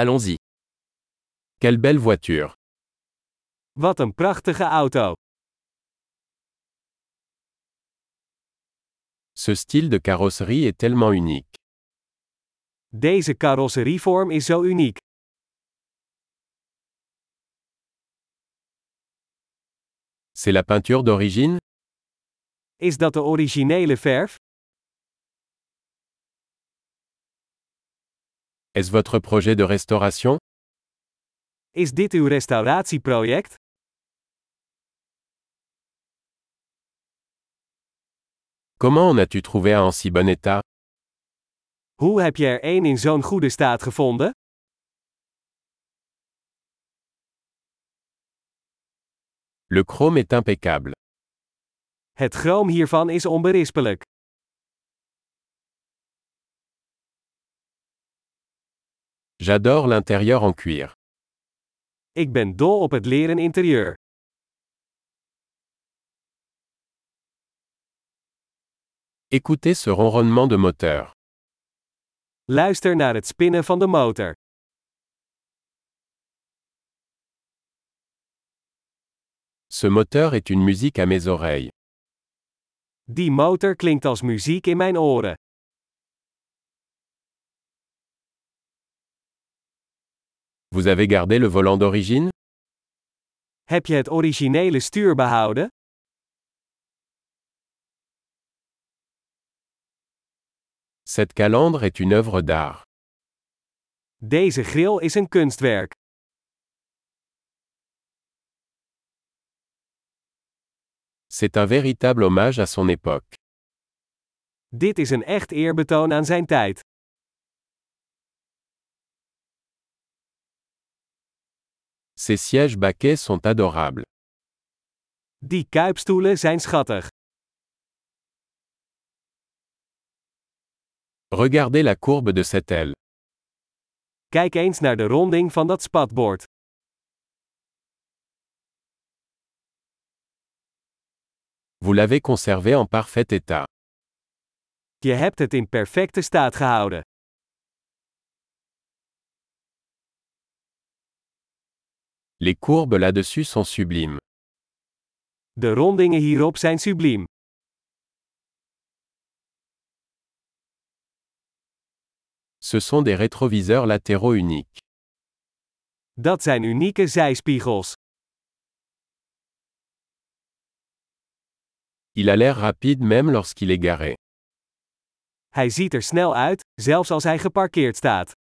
Allons-y. Quelle belle voiture. Wat een prachtige auto. Ce style de carrosserie est tellement unique. Deze carrosserievorm is zo uniek. C'est la peinture d'origine Is dat de originele verf? Est-ce votre projet de restauration Is dit uw restauratieproject? Comment en as-tu trouvé un en si bon état Hoe heb je er één in zo'n goede staat gevonden? Le chrome est impeccable. Het chroom hiervan is onberispelijk. J'adore l'intérieur en cuir. Ik ben dol op het leren interieur. Écoutez ce ronronnement de moteur. Luister naar het spinnen van de motor. Ce moteur est une musique à mes oreilles. Die motor klinkt als muziek in mijn oren. Vous avez gardé le volant d'origine Heb je het originele stuur behouden? Cette calandre est une œuvre d'art. Deze grill is een kunstwerk. C'est un véritable hommage à son époque. Dit is een echt eerbetoon aan zijn tijd. Ces sièges baquets sont adorables. Die kuipstoelen zijn schattig. Regardez la courbe de cette aile. Kijk eens naar de ronding van dat spatbord. Vous l'avez conservé en parfait état. Je hebt het in perfecte staat gehouden. Les courbes là-dessus sont sublimes. De rondingen hierop zijn subliem. Ce sont des rétroviseurs latéraux uniques. Dat zijn unieke zijspiegels. Il a l'air rapide même lorsqu'il est garé. Hij ziet er snel uit, zelfs als hij geparkeerd staat.